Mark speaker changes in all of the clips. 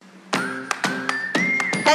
Speaker 1: 大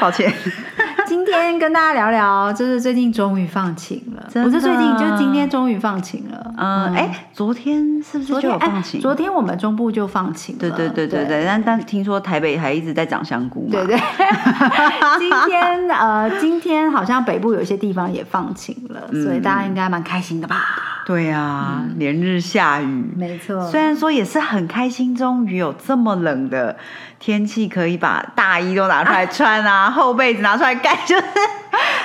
Speaker 1: 抱歉。
Speaker 2: 今天跟大家聊聊，就是最近终于放晴了，
Speaker 1: 真的
Speaker 2: 不是最近，就是今天终于放晴了。
Speaker 1: 嗯，哎，昨天是不是
Speaker 2: 昨
Speaker 1: 就
Speaker 2: 天
Speaker 1: 有放
Speaker 2: 哎
Speaker 1: 晴？
Speaker 2: 昨天我们中部就放晴了，
Speaker 1: 对对对对 对，但但听说台北还一直在长香菇嘛。
Speaker 2: 对对。对今天呃，今天好像北部有些地方也放晴了，
Speaker 1: 嗯
Speaker 2: 所以大家应该蛮开心的吧？
Speaker 1: 对呀，连日下雨。
Speaker 2: 没错
Speaker 1: 虽然说也是很开心，终于有这么冷的天气，可以把大衣都拿出来穿 啊，厚被子拿出来盖，就是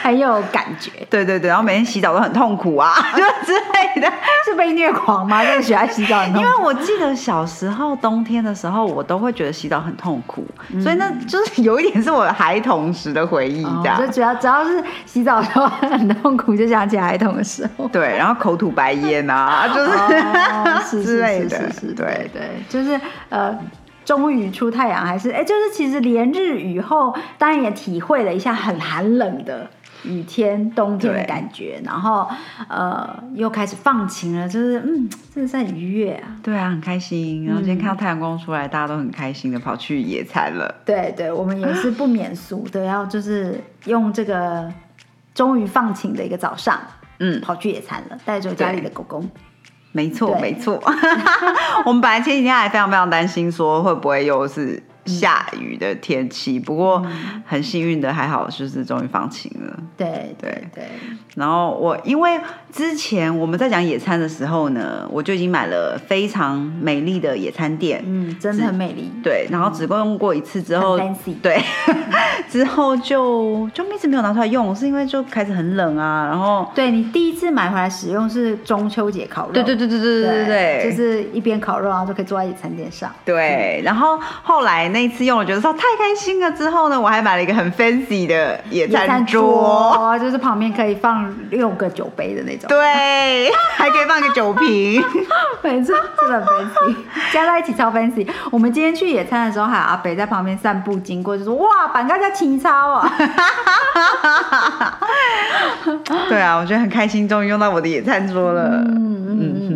Speaker 2: 很有感觉。
Speaker 1: 对对对，然后每天洗澡都很痛苦 啊，就之类的。
Speaker 2: 是被虐狂吗？这个喜欢洗澡的那种，
Speaker 1: 因为我记得小时候冬天的时候，我都会觉得洗澡很痛苦，所以那就是有一点是我孩童时的回忆
Speaker 2: 嗯哦
Speaker 1: 这样。
Speaker 2: 就只要只要是洗澡的时候很痛苦，就想起孩童的时候。
Speaker 1: 对，然后口吐白烟啊，就是、
Speaker 2: 哦，是是
Speaker 1: 之类
Speaker 2: 是
Speaker 1: 的
Speaker 2: 是是，
Speaker 1: 对
Speaker 2: 对对，就是呃。终于出太阳，还是哎，就是其实连日雨后，当然也体会了一下很寒冷的雨天、冬天的
Speaker 1: 对
Speaker 2: 感觉，然后呃，又开始放晴了，就是嗯，真的是很愉悦啊。
Speaker 1: 对啊，很开心。然后今
Speaker 2: 嗯
Speaker 1: 天看到太阳光出来，大家都很开心的跑去野餐了。
Speaker 2: 对对，我们也是不免俗的，要就是用这个终于放晴的一个早上，
Speaker 1: 嗯，
Speaker 2: 跑去野餐了，带着家里的
Speaker 1: 对
Speaker 2: 狗狗。
Speaker 1: 没错，
Speaker 2: 对
Speaker 1: 没错。 我们本来前几天还非常非常担心，说会不会又是
Speaker 2: 嗯
Speaker 1: 下雨的天气，不过很幸运的，还好就是终于放晴了。
Speaker 2: 对
Speaker 1: 对
Speaker 2: 对，
Speaker 1: 然后我因为之前我们在讲野餐的时候呢，我就已经买了非常美丽的野餐垫，
Speaker 2: 嗯，真的很美丽。
Speaker 1: 对，然后只用过一次之后，
Speaker 2: 很 fancy
Speaker 1: 对，之后就就一直没有拿出来用，是因为就开始很冷啊，然后
Speaker 2: 对你第一次买回来使用是中秋节烤肉，
Speaker 1: 对对对对对对对，
Speaker 2: 就是一边烤肉然后就可以坐在野餐垫上。
Speaker 1: 对，然后后来那一次用了，觉得说太开心了。之后呢，我还买了一个很 fancy 的
Speaker 2: 野
Speaker 1: 野餐
Speaker 2: 餐
Speaker 1: 桌，
Speaker 2: 桌就是旁边可以放六个酒杯的那 种，
Speaker 1: 对， 还可以放个酒瓶。
Speaker 2: 没错，真的很 fancy，加在一起超 fancy。我们今天去野餐的时候，还有阿北在旁边散步经过，就说：“哇，板凳在情操啊
Speaker 1: 对啊，我觉得很开心，终于用到我的野餐桌了。！”
Speaker 2: 嗯嗯嗯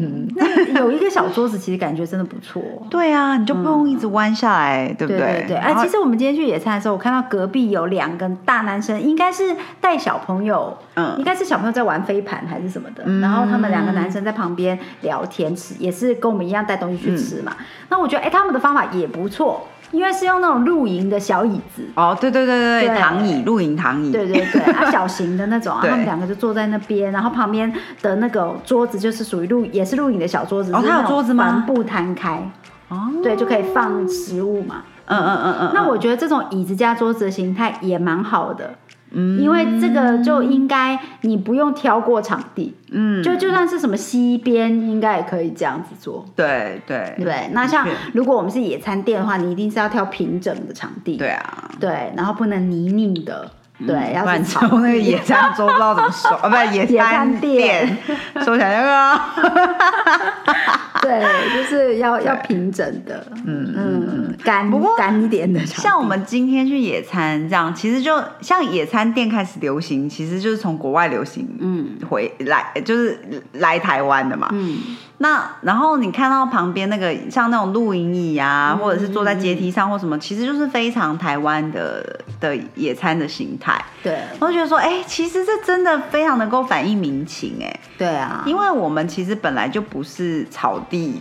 Speaker 2: 嗯嗯，那有一个小桌子，其实感觉真的不错。
Speaker 1: 对啊，你就不用一直弯下来，对不
Speaker 2: 嗯对对对，哎、
Speaker 1: 然后
Speaker 2: 其实我们今天去野餐的时候，我看到隔壁有两个大男生，应该是带小朋友，
Speaker 1: 嗯
Speaker 2: 应该是小朋友在玩飞盘还是什么的，
Speaker 1: 嗯
Speaker 2: 然后他们两个男生在旁边聊天吃，也是跟我们一样带东西去吃
Speaker 1: 嗯
Speaker 2: 嘛。那我觉得，哎、他们的方法也不错，因为是用那种露营的小椅子，
Speaker 1: 哦，对对对对，
Speaker 2: 对
Speaker 1: 躺椅，露营躺椅，
Speaker 2: 对对 对，啊，小型的那种、啊，
Speaker 1: 嗯对
Speaker 2: 他们两个就坐在那边，然后旁边的那个桌子就是属于露，也是露营的小桌子，
Speaker 1: 哦
Speaker 2: 是
Speaker 1: 它
Speaker 2: 那
Speaker 1: 有
Speaker 2: 种
Speaker 1: 桌子吗
Speaker 2: 帆布摊开，
Speaker 1: 哦，
Speaker 2: 对，就可以放食物嘛。
Speaker 1: 嗯嗯嗯嗯，
Speaker 2: 那我觉得这种椅子加桌子的形态也蛮好的，
Speaker 1: 嗯
Speaker 2: 因为这个就应该你不用挑过场地，
Speaker 1: 嗯，
Speaker 2: 就就算是什么西边，应该也可以这样子做。
Speaker 1: 对对
Speaker 2: 对不对，那像
Speaker 1: 的
Speaker 2: 如果我们是野餐店的话，你一定是要挑平整的场地，
Speaker 1: 对嗯啊，
Speaker 2: 对然后不能泥泞的，对，要
Speaker 1: 不然
Speaker 2: 是
Speaker 1: 就
Speaker 2: 草
Speaker 1: 那个野餐桌不知道怎 么收啊，不是野
Speaker 2: 野
Speaker 1: 餐
Speaker 2: 餐
Speaker 1: 垫
Speaker 2: 垫，
Speaker 1: 收起来啊那个。
Speaker 2: 对，就是要要平整的，嗯嗯，干
Speaker 1: 不过
Speaker 2: 干一点的场地，
Speaker 1: 像我们今天去野餐这样，其实就像野餐店开始流行，其实就是从国外流行，嗯，回来就是来台湾的嘛。
Speaker 2: 嗯，
Speaker 1: 那然后你看到旁边那个像那种露营椅啊，或者是坐在阶梯上或什么，其实就是非常台湾的的野餐的形态。
Speaker 2: 对
Speaker 1: 我就觉得说，哎、其实这真的非常能够反映民情、哎，
Speaker 2: 对啊，
Speaker 1: 因为我们其实本来就不是草地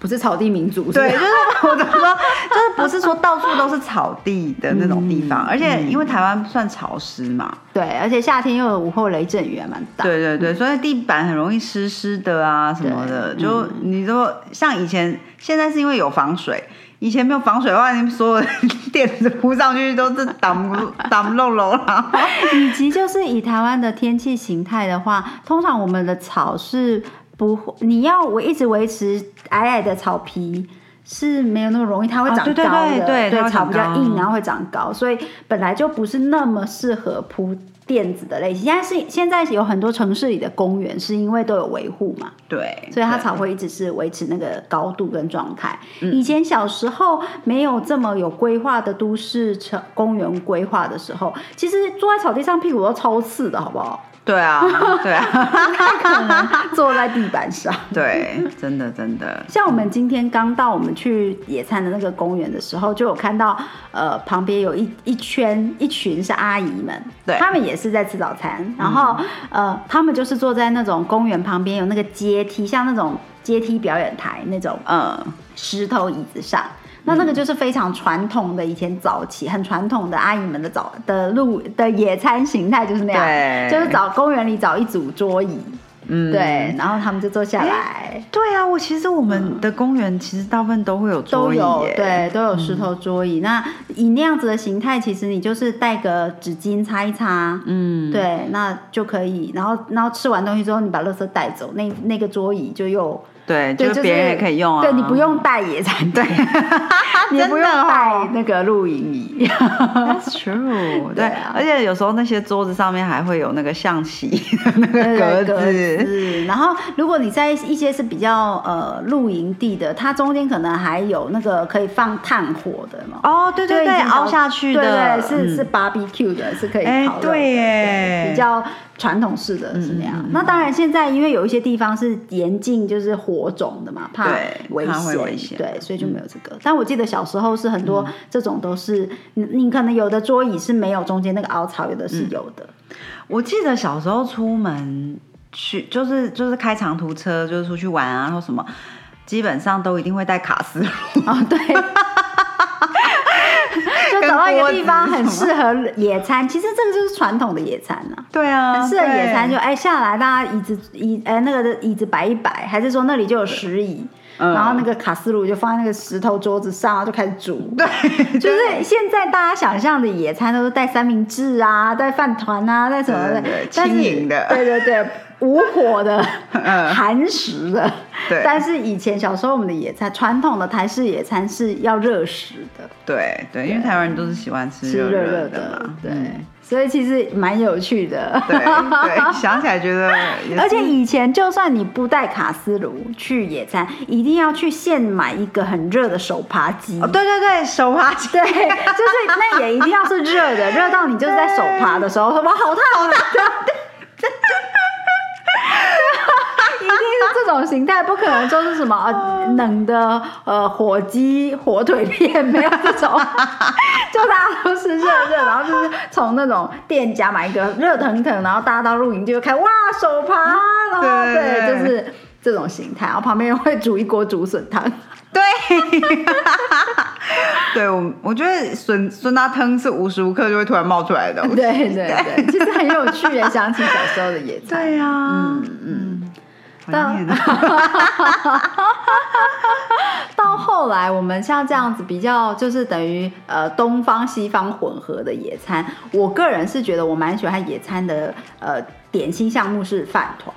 Speaker 2: 不是草地民族，是
Speaker 1: 对，
Speaker 2: 吧
Speaker 1: 就是我怎么说，就是不是说到处都是草地的那种地方，而且因为台湾算潮湿嘛，
Speaker 2: 对，而且夏天又有午后雷阵雨，还蛮大，嗯
Speaker 1: 对对对，所以地板很容易湿湿的啊什么的，
Speaker 2: 对嗯
Speaker 1: 就你说像以前，现在是因为有防水。以前没有防水的话，你所有的 垫子铺上去都是挡 不挡不漏漏啦。
Speaker 2: 以及就是以台湾的天气形态的话，通常我们的草是不会，你要我一直维持矮矮的草皮。是没有那么容易，它会
Speaker 1: 啊
Speaker 2: 长高
Speaker 1: 对对
Speaker 2: 的，
Speaker 1: 对对它会
Speaker 2: 草
Speaker 1: 长
Speaker 2: 比较
Speaker 1: 高
Speaker 2: 硬，然后会长高，所以本来就不是那么适合铺垫子的类型。现在是现在有很多城市里的公园是因为都有维护嘛，
Speaker 1: 对，
Speaker 2: 所以它
Speaker 1: 对
Speaker 2: 才会一直是维持那个高度跟状态。以前小时候没有这么有规划的都市城公园规划的时候，其实坐在草地上屁股都超刺的，好不好？
Speaker 1: 对啊，对啊，
Speaker 2: 不太可能坐在地板上。
Speaker 1: 对，真的真的，
Speaker 2: 像我们今天刚到我们去野餐的那个公园的时候，就有看到，呃，旁边有一一圈一群是阿姨们，
Speaker 1: 对嗯
Speaker 2: 他们也是在吃早餐，然后、呃，他们就是坐在那种公园旁边有那个阶梯，像那种阶梯表演台那种
Speaker 1: 嗯，
Speaker 2: 石头椅子上。那那个就是非常传统的，以前早期很传统的阿姨们的早的路的野餐形态就是那样，
Speaker 1: 对
Speaker 2: 就是找公园里找一组桌椅，
Speaker 1: 嗯
Speaker 2: 对，然后他们就坐下来。
Speaker 1: 对啊，我其实我们的公园其实大部分都会有
Speaker 2: 都
Speaker 1: 桌椅
Speaker 2: 有
Speaker 1: 耶，嗯
Speaker 2: 对，都有石头桌椅。那以那样子的形态，其实你就是带个纸巾擦一擦，
Speaker 1: 嗯，
Speaker 2: 对，那就可以。然后，然后吃完东西之后，你把垃圾带走，那那个桌椅就又
Speaker 1: 对，
Speaker 2: 对，
Speaker 1: 就是别人也可以用啊，
Speaker 2: 对你不用带野 餐垫， 你不用
Speaker 1: 真的哦
Speaker 2: 带那个露营椅。
Speaker 1: That's true，
Speaker 2: 对
Speaker 1: 对
Speaker 2: 啊，
Speaker 1: 而且有时候那些桌子上面还会有那个象棋 的那
Speaker 2: 对对
Speaker 1: 个 格子，
Speaker 2: 子然后，如果你在一些是比较呃露营地的，它中间可能还有那个可以放炭火的嘛。
Speaker 1: 哦，对对
Speaker 2: 以
Speaker 1: 对，
Speaker 2: 前小
Speaker 1: 凹下去的，
Speaker 2: 对对，是
Speaker 1: 嗯
Speaker 2: 是 barbecue 的，是可以
Speaker 1: 哎
Speaker 2: 烤肉的，
Speaker 1: 对耶
Speaker 2: 比较传统式的是那样
Speaker 1: 嗯嗯。
Speaker 2: 那当然，现在因为有一些地方是严禁就是火种的嘛，怕
Speaker 1: 对
Speaker 2: 危
Speaker 1: 怕会
Speaker 2: 险，
Speaker 1: 危险嗯
Speaker 2: 对，所以就没有这个。但我记得小时候是很多这种都是，你你可能有的桌椅是没有中间那个凹槽，有的
Speaker 1: 嗯
Speaker 2: 是有的，
Speaker 1: 我记得小时候出门去，就是就是开长途车，就是出去玩啊，然后什么，基本上都一定会带卡斯 炉。
Speaker 2: 哦，对。 就找到一个地方很适合野餐，其实这个就是传统的野餐啊。
Speaker 1: 对啊，
Speaker 2: 很适合野餐，就
Speaker 1: 对
Speaker 2: 哎下来，大家椅子椅哎那个椅子摆一摆，还是说那里就有石椅，
Speaker 1: 嗯
Speaker 2: 然后那个卡斯炉就放在那个石头桌子上，然后就开始煮。对，就是现在大家想象的野餐都是带三明治啊，带饭团啊，带什么的
Speaker 1: 对对对，
Speaker 2: 但是
Speaker 1: 轻盈的
Speaker 2: 对对对，无火的
Speaker 1: 嗯，
Speaker 2: 寒食的。
Speaker 1: 对
Speaker 2: 但是以前小时候我们的野餐，传统的台式野餐是要热食的。
Speaker 1: 对对，因为台湾人都是喜欢吃
Speaker 2: 吃热
Speaker 1: 热
Speaker 2: 热
Speaker 1: 的
Speaker 2: 的
Speaker 1: 嘛，，
Speaker 2: 对，
Speaker 1: 嗯
Speaker 2: 所以其实蛮有趣的。
Speaker 1: 对对，想起来觉得也 是，
Speaker 2: 而且以前就算你不带卡斯炉去野餐，一定要去现买一个很热的手扒鸡。
Speaker 1: 哦，对对对，手扒鸡，
Speaker 2: 对，就是那也一定要是热的，热到你就是在手扒的时候，哇，好烫，啊好烫！一定是这种形态，不可能就是什么呃冷的呃火鸡、火腿片，没有这种，就大家都是热热，然后就是从那种店家买一个热腾腾，然后大家到露营就看哇手扒，然后
Speaker 1: 对对
Speaker 2: 对，
Speaker 1: 对
Speaker 2: 就是这种形态，然后旁边会煮一锅竹笋汤。
Speaker 1: 对， 对我我觉得笋笋辣汤是无时无刻就会突然冒出来 的东西，
Speaker 2: 对对对，其实很有趣耶，想起小时候的野餐。
Speaker 1: 对呀，嗯
Speaker 2: 嗯
Speaker 1: 嗯，怀念啊
Speaker 2: 到后来，我们像这样子比较，就是等于呃东方西方混合的野餐，我个人是觉得我蛮喜欢野餐的。呃，点心项目是饭团，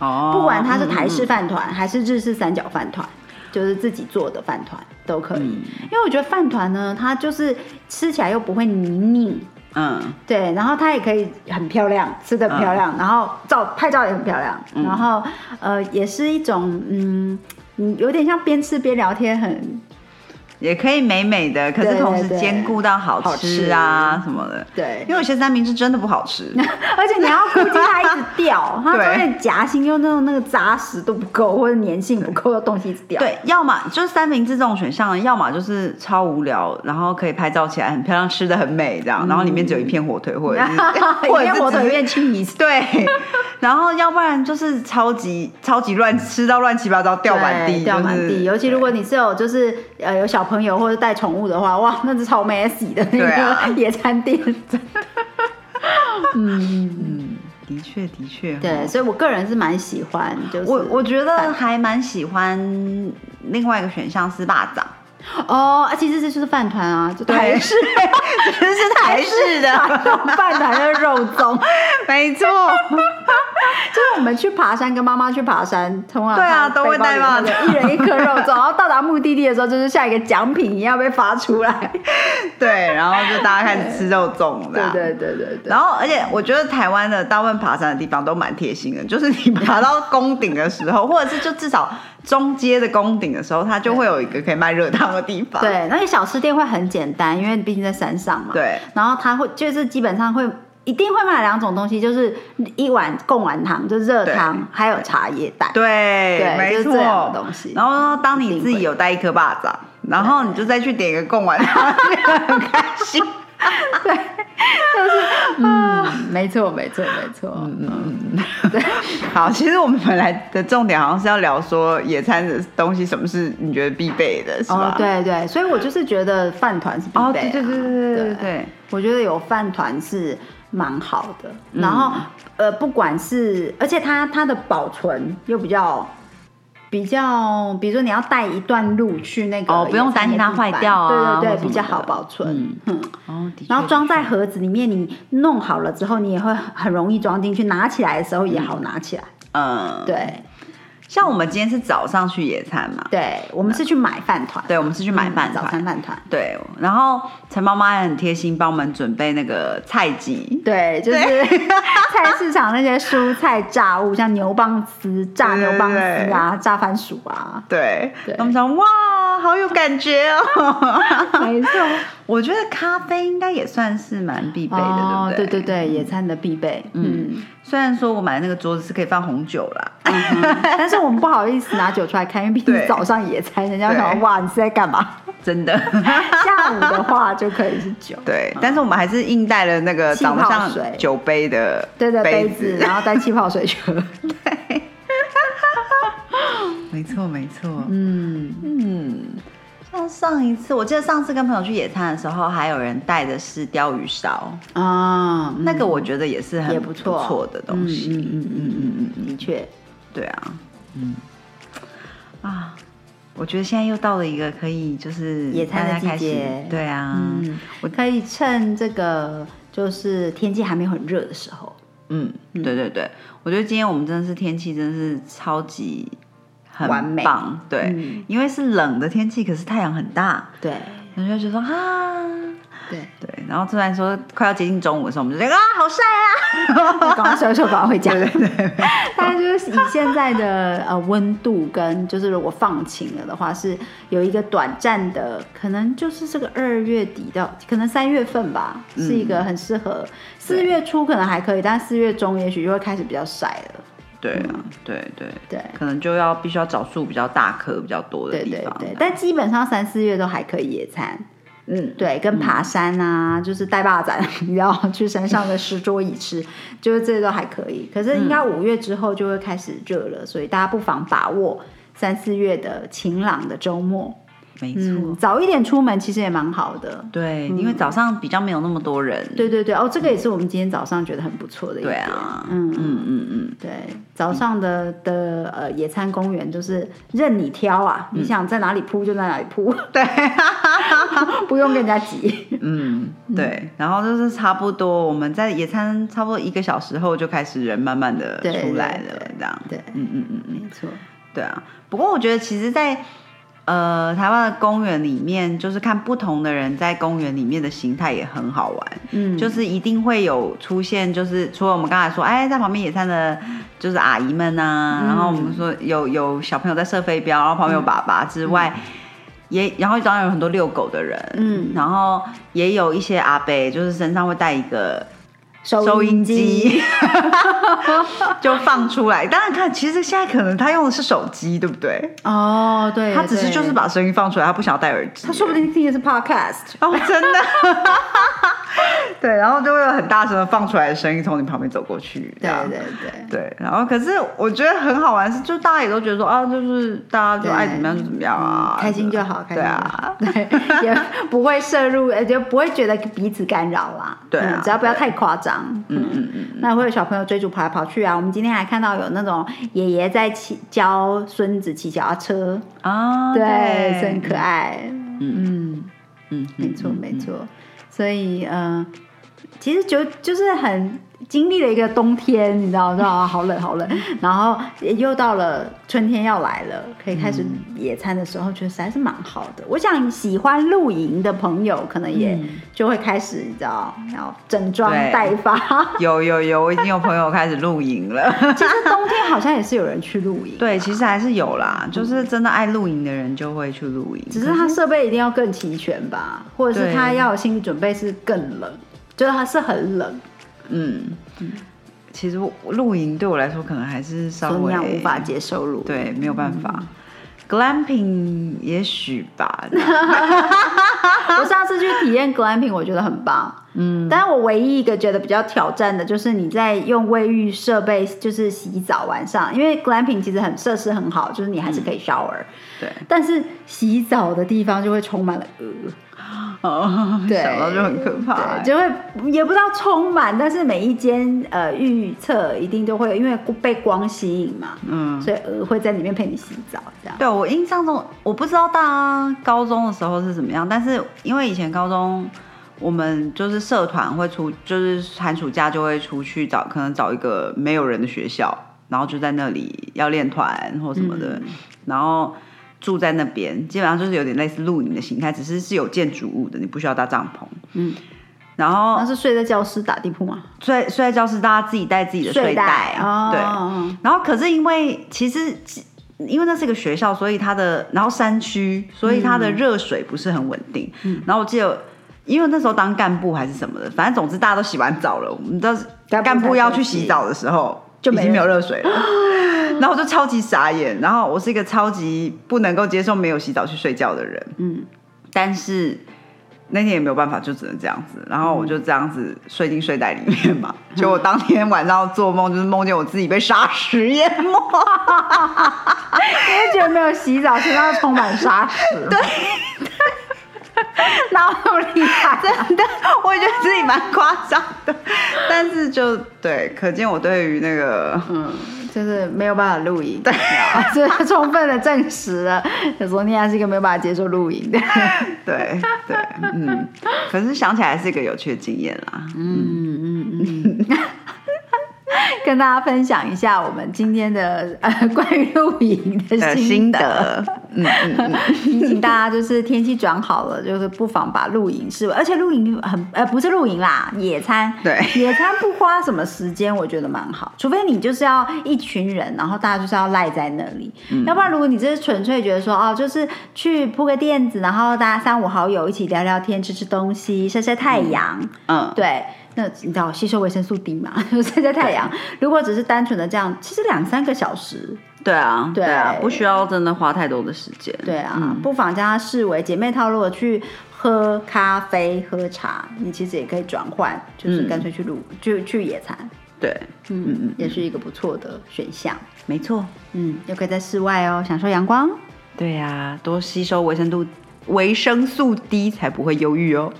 Speaker 1: 哦，
Speaker 2: 不管它是
Speaker 1: 嗯
Speaker 2: 台式饭团、还是日式三角饭团，就是自己做的饭团都可以。
Speaker 1: 嗯
Speaker 2: 因为我觉得饭团呢，它就是吃起来又不会泥泞，
Speaker 1: 嗯，
Speaker 2: 对，然后它也可以很漂亮，吃的漂亮，然后照拍照也很漂亮，
Speaker 1: 嗯
Speaker 2: 然后呃也是一种嗯，你有点像边吃边聊天，很
Speaker 1: 也可以美美的，可
Speaker 2: 对
Speaker 1: 是
Speaker 2: 对
Speaker 1: 同时
Speaker 2: 对
Speaker 1: 兼顾到好吃啊什么的。
Speaker 2: 对
Speaker 1: 因，为有些三明治真的不 好吃，
Speaker 2: 而且你要顾及它一直掉，它
Speaker 1: 对
Speaker 2: 中间夹心又那种那个扎实度不够，或者粘性不够的东西一直掉。
Speaker 1: 对，要么就是三明治这种选项，要么就是超无聊，然后可以拍照起来很漂亮，吃的很美这样，然后里面只有一片火腿，或者是或
Speaker 2: 一
Speaker 1: 者
Speaker 2: 边
Speaker 1: 是
Speaker 2: 火腿
Speaker 1: 只
Speaker 2: 一
Speaker 1: 是
Speaker 2: 边 cheese，
Speaker 1: 对，然后要不然就是超级超级乱吃到乱七八糟 掉满
Speaker 2: 对
Speaker 1: 地，
Speaker 2: 掉满
Speaker 1: 就是
Speaker 2: 地。尤其如果你是有就是呃有小朋友或者带宠物的话，哇，那是超 messy 的那
Speaker 1: 对啊
Speaker 2: 个野餐店。
Speaker 1: 嗯，的确的确，
Speaker 2: 对，所以我个人是蛮喜欢，就是
Speaker 1: 我我觉得还蛮喜欢另外一个选项是蚂 蚱，
Speaker 2: 哦，啊，其实这就是饭团啊，就台式
Speaker 1: 这是台式的，
Speaker 2: 饭团的肉粽，
Speaker 1: 没错，
Speaker 2: 就是我们去爬山，跟妈妈去爬山，通常
Speaker 1: 对啊
Speaker 2: 她
Speaker 1: 都会
Speaker 2: 背包里
Speaker 1: 带袜子
Speaker 2: 面一人一颗 肉粽，然后到达目的地的时候，就是下一个奖品一样被发出来。
Speaker 1: 对，然后就大家开始吃肉粽
Speaker 2: 对
Speaker 1: 的。
Speaker 2: 对对对对。
Speaker 1: 然后，而且我觉得台湾的大部分爬山的地方都蛮贴心的，就是你爬到宫顶的时候，或者是就至少中阶的宫顶的时候，它就会有一个可以卖热汤的地方。
Speaker 2: 对，那个小吃店会很简单，因为毕竟在山上嘛。
Speaker 1: 对
Speaker 2: 然后他会就是基本上会一定会卖两种东西，就是一碗贡丸汤，就是热
Speaker 1: 对
Speaker 2: 汤，还有茶叶蛋。
Speaker 1: 对，
Speaker 2: 对
Speaker 1: 没
Speaker 2: 就是
Speaker 1: 错。
Speaker 2: 这两个东西
Speaker 1: 然后当你自己有带一颗巴掌，然后你就再去点一个贡丸 汤，很开心。
Speaker 2: 嗯，没错，没错，没错。
Speaker 1: 嗯 好，其实我们本来的重点好像是要聊说野餐的东西，什么是你觉得必备的，是
Speaker 2: 哦，？。
Speaker 1: 吧
Speaker 2: 对对，所以我就是觉得饭团是必备、啊。
Speaker 1: 哦，对对对对对对对。
Speaker 2: 我觉得有饭团是蛮好的，
Speaker 1: 嗯
Speaker 2: 然后、呃，不管是而且它它的保存又比较比较，比如说你要带一段路去那个
Speaker 1: 哦不用
Speaker 2: 野餐的
Speaker 1: 担心它
Speaker 2: 地板
Speaker 1: 坏掉啊
Speaker 2: 对
Speaker 1: 或
Speaker 2: 对
Speaker 1: 什
Speaker 2: 对，
Speaker 1: 么
Speaker 2: 比较
Speaker 1: 的
Speaker 2: 好保存
Speaker 1: 嗯。
Speaker 2: 嗯，
Speaker 1: 哦，的确
Speaker 2: 然后装在
Speaker 1: 的
Speaker 2: 盒子里面，你弄好了之后，你也会很容易装进去，拿起来的时候也好拿起来。
Speaker 1: 确嗯，
Speaker 2: 对
Speaker 1: 像我们今天是早上去野餐嘛，
Speaker 2: 对，我们是去买饭团，
Speaker 1: 对，我们是去买
Speaker 2: 嗯
Speaker 1: 饭
Speaker 2: 早餐
Speaker 1: 团，
Speaker 2: 饭团。
Speaker 1: 对，然后陈妈妈也很贴心，帮我们准备那个菜鸡，
Speaker 2: 对，就是 菜市场那些蔬菜炸物，像牛蒡丝、炸牛蒡丝啊、炸番薯啊，
Speaker 1: 对
Speaker 2: 对，
Speaker 1: 他们想哇，好有感觉哦。
Speaker 2: 没错，
Speaker 1: 我觉得咖啡应该也算是蛮必备的，
Speaker 2: 哦，
Speaker 1: 对
Speaker 2: 对
Speaker 1: 不
Speaker 2: 对对，野餐的必备，嗯，
Speaker 1: 虽然说我买那个桌子是可以放红酒 啦，
Speaker 2: 但是我们不好意思拿酒出来看，因为毕竟
Speaker 1: 对
Speaker 2: 是早上野餐，人家会想
Speaker 1: 对
Speaker 2: 说哇你是在干嘛？
Speaker 1: 真的。
Speaker 2: 下午的话就可以是酒，
Speaker 1: 对，但是我们还是硬带了那个
Speaker 2: 气泡
Speaker 1: 长得像
Speaker 2: 水
Speaker 1: 酒杯的
Speaker 2: 对对，杯子，，
Speaker 1: 子
Speaker 2: 然后带气泡水去喝，
Speaker 1: 没错没错。
Speaker 2: 嗯，
Speaker 1: 嗯，像上一次，我记得上次跟朋友去野餐的时候，还有人带的是鲷鱼烧，
Speaker 2: 啊，
Speaker 1: 那个我觉得也是很
Speaker 2: 也不错
Speaker 1: 错的东西。
Speaker 2: 嗯嗯嗯嗯嗯，的确，
Speaker 1: 对啊，嗯啊，我觉得现在又到了一个可以就是
Speaker 2: 野餐的
Speaker 1: 大家开始
Speaker 2: 季节
Speaker 1: 对啊，
Speaker 2: 嗯，我可以趁这个就是天气还没有很热的时候，
Speaker 1: 嗯，对对对，我觉得今天我们真的是天气真的是超级很
Speaker 2: 完美
Speaker 1: 棒，对，
Speaker 2: 嗯
Speaker 1: 因为是冷的天气，可是太阳很大，
Speaker 2: 对
Speaker 1: 然后就觉得说啊，
Speaker 2: 对，
Speaker 1: 对，然后突然说快要接近中午的时候，我们就觉得啊好晒 啊，
Speaker 2: 赶快收一收，赶快回家。对对 对，但就是以现在的呃温度跟就是如果放晴了的话，是有一个短暂的，可能就是这个二月底到可能三月份吧，是一个很适合。四月初可能还可以，但四月中也许就会开始比较晒了。
Speaker 1: 对啊，对对
Speaker 2: 对
Speaker 1: 可能就要必须要找树比较大棵比较多的
Speaker 2: 对
Speaker 1: 地
Speaker 2: 对
Speaker 1: 方，
Speaker 2: 对，
Speaker 1: 这样
Speaker 2: 但基本上三四月都还可以野餐。
Speaker 1: 嗯，
Speaker 2: 对，跟爬山啊，就是带把 仔，你知道，去山上的石桌椅吃，就是这些都还可以。可是应该五月之后就会开始热
Speaker 1: 嗯
Speaker 2: 了，所以大家不妨把握三四月的晴朗的周末，
Speaker 1: 没错。
Speaker 2: 嗯，早一点出门其实也蛮好的。
Speaker 1: 对，因为早上比较没有那么多人。
Speaker 2: 对对对，哦，这个也是我们今天早上觉得很不错的一
Speaker 1: 对
Speaker 2: 点。
Speaker 1: 啊，
Speaker 2: 嗯
Speaker 1: 嗯嗯嗯，
Speaker 2: 对，早上的的呃野餐公园就是任你挑啊，你想在哪里铺就在哪里铺，
Speaker 1: 对，
Speaker 2: 不用跟人家挤。
Speaker 1: 嗯对。然后就是差不多，我们在野餐差不多一个小时后就开始人慢慢的
Speaker 2: 对
Speaker 1: 出来
Speaker 2: 对
Speaker 1: 了
Speaker 2: 对，
Speaker 1: 这样。
Speaker 2: 对
Speaker 1: 嗯嗯嗯嗯，
Speaker 2: 没错，
Speaker 1: 对啊。不过我觉得其实在，呃台湾的公园里面，就是看不同的人在公园里面的形态也很好玩。
Speaker 2: 嗯，
Speaker 1: 就是一定会有出现，就是除了我们刚才说，哎，在旁边野餐的，就是阿姨们啊，
Speaker 2: 嗯
Speaker 1: 然后我们说有有小朋友在射飞镖，然后旁边有爸爸之外，也然后当然有很多遛狗的人，
Speaker 2: 嗯
Speaker 1: 然后也有一些阿伯，就是身上会带一个
Speaker 2: 收音机。，
Speaker 1: 就放出来。当然看，其实现在可能他用的是手机，对不对？
Speaker 2: 哦，对，
Speaker 1: 他只是
Speaker 2: 对
Speaker 1: 就是，把声音放出来，他不想要戴耳机。
Speaker 2: 他说不定听的是 podcast。
Speaker 1: 哦，真的。 对，然后就会有很大声的放出来的声音从你旁边走过去。这
Speaker 2: 对
Speaker 1: 样
Speaker 2: 对对，
Speaker 1: 对，然后可是我觉得很好玩是，就大家也都觉得说啊，就是大家就
Speaker 2: 对
Speaker 1: 哎
Speaker 2: 嗯
Speaker 1: 爱怎么样就怎么样啊，
Speaker 2: 开心就好，开
Speaker 1: 对
Speaker 2: 心就
Speaker 1: 啊
Speaker 2: 好，，对， 也不会摄入，呃，就不会觉得彼此干扰啦。
Speaker 1: 对啊
Speaker 2: 嗯只要不要太夸张。嗯嗯嗯，那会有小朋友追逐跑来跑去啊。我们今天还看到有那种爷爷在骑教孙子骑脚踏车，
Speaker 1: 啊，
Speaker 2: 对，是很可爱。
Speaker 1: 嗯
Speaker 2: 嗯，
Speaker 1: 嗯，嗯
Speaker 2: 没错没错。所以，嗯，其实就就是很经历了一个冬天，你知道，知道吗好冷好冷， 然后又到了春天要来了，可以开始
Speaker 1: 嗯
Speaker 2: 野餐的时候，觉得实在是蛮好的。我想喜欢露营的朋友，可能也就会开始，你知道，要整装
Speaker 1: 嗯对
Speaker 2: 待 发。
Speaker 1: 有有有，我已经有朋友开始露营了。
Speaker 2: 其实冬天好像也是有人去露营，
Speaker 1: 对，其实还是有啦，就是真的爱露营的人就会去露营。
Speaker 2: 只是他设备一定要更齐全吧，或者是
Speaker 1: 嗯对
Speaker 2: 他要有心理准备是更冷，就是他是很冷，
Speaker 1: 嗯，其实我露营对我来说可能还是稍
Speaker 2: 所以你
Speaker 1: 微
Speaker 2: 要无法接受露营。
Speaker 1: 对，没有办法。glamping 也许 吧，
Speaker 2: 我上次去体验 glamping，我觉得很棒。嗯，但我唯一一个觉得比较挑战的就是你在用卫浴设备，就是洗澡晚上，因为 glamping 其实很设施很好，就是你还是可以 shower，、
Speaker 1: 对，
Speaker 2: 但是洗澡的地方就会充满了呃，
Speaker 1: 哦，
Speaker 2: 对，
Speaker 1: 想到就很可怕、
Speaker 2: 对，就会也不知道充满，但是每一间呃预测一定都会因为被光吸引嘛，
Speaker 1: 嗯，
Speaker 2: 所以呃会在里面陪你洗澡这样。
Speaker 1: 对我印象中，我不知道大家高中的时候是怎么样，但是因为以前高中。我们就是社团会出，就是寒暑假就会出去找，可能找一个没有人的学校，然后就在那里要练团或什么的，
Speaker 2: 嗯
Speaker 1: 然后住在那边，基本上就是有点类似露营的形态，只是是有建筑物的，你不需要搭帐篷。
Speaker 2: 嗯，
Speaker 1: 然后
Speaker 2: 那是睡在教室打地铺吗？
Speaker 1: 睡睡在教室，大家自己带自己的睡
Speaker 2: 袋
Speaker 1: 对。
Speaker 2: 哦，
Speaker 1: 然后可是因为其实因为那是一个学校，所以它的然后山区，所以它的热水不是很稳定。然后我记得。因为那时候当干部还是什么的，反正总之大家都洗完澡了，我们的
Speaker 2: 干部才
Speaker 1: 干部要去
Speaker 2: 休息
Speaker 1: 洗澡的时候，
Speaker 2: 就
Speaker 1: 已
Speaker 2: 没
Speaker 1: 经没有
Speaker 2: 热
Speaker 1: 热 水了。然后我就超级傻眼，然后我是一个超级不能够接受没有洗澡去睡觉的人，
Speaker 2: 嗯，
Speaker 1: 但是那天也没有办法，就只能这样子。然后我就这样子睡进睡袋里面嘛。
Speaker 2: 嗯
Speaker 1: 结果当天晚上做梦，就是梦见我自己被沙石 淹没。
Speaker 2: 因为觉得没有洗澡，身上充满沙石。对，哪有 那么厉害？
Speaker 1: 真的，我也觉得自己蛮夸张的，但是就对，可见我对于那个
Speaker 2: 嗯，就是没有办法露营，对，所以它充分的证实了索尼娅是一个没有办法接受露营 的。
Speaker 1: 对对，嗯，可是想起来是一个有趣的经验啦。
Speaker 2: 跟大家分享一下我们今天的呃关于露营的
Speaker 1: 呃
Speaker 2: 心
Speaker 1: 心得，嗯嗯嗯，
Speaker 2: 提醒大家，就是天气转好了，就是不妨把露营视为，而且露营很呃不是露营啦，野餐。
Speaker 1: 对
Speaker 2: 野餐不花什么时间，我觉得蛮好，除非你就是要一群人，然后大家就是要赖在那里，
Speaker 1: 嗯
Speaker 2: 要不然如果你只是纯粹觉得说哦，就是去铺个垫子，然后大家三五好友一起聊聊天、吃吃东西、晒晒太阳，
Speaker 1: 嗯，
Speaker 2: 对。那你知道吸收维生素 D 嘛？ 就晒晒太阳。如果只是单纯的这样，其实两三个小时
Speaker 1: 对啊，对啊，
Speaker 2: 对
Speaker 1: 不需要真的花太多的时间。
Speaker 2: 对啊，不妨将它视为姐妹套路去喝咖啡、喝茶，你其实也可以转换，就是
Speaker 1: 嗯
Speaker 2: 干脆去露、去去野餐，
Speaker 1: 对，
Speaker 2: 嗯嗯，也是一个不错的选项。
Speaker 1: 没错。
Speaker 2: 嗯，又可以在室外哦，享受阳 光。
Speaker 1: 对呀、多吸收维生素维生素 D 才不会忧郁哦。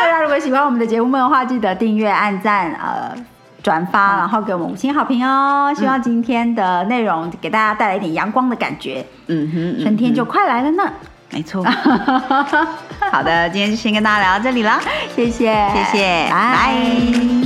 Speaker 2: 大家如果喜欢我们的节目的话，记得订阅、按赞，呃。转发，然后给我们五星好评哦！希望今天的内容给大家带来一点阳光的感觉，
Speaker 1: 嗯哼，嗯
Speaker 2: 春天就快来了 呢。
Speaker 1: 没 错。好的，今天就先跟大家聊到这里啦，
Speaker 2: 谢谢，
Speaker 1: 谢谢，
Speaker 2: 拜。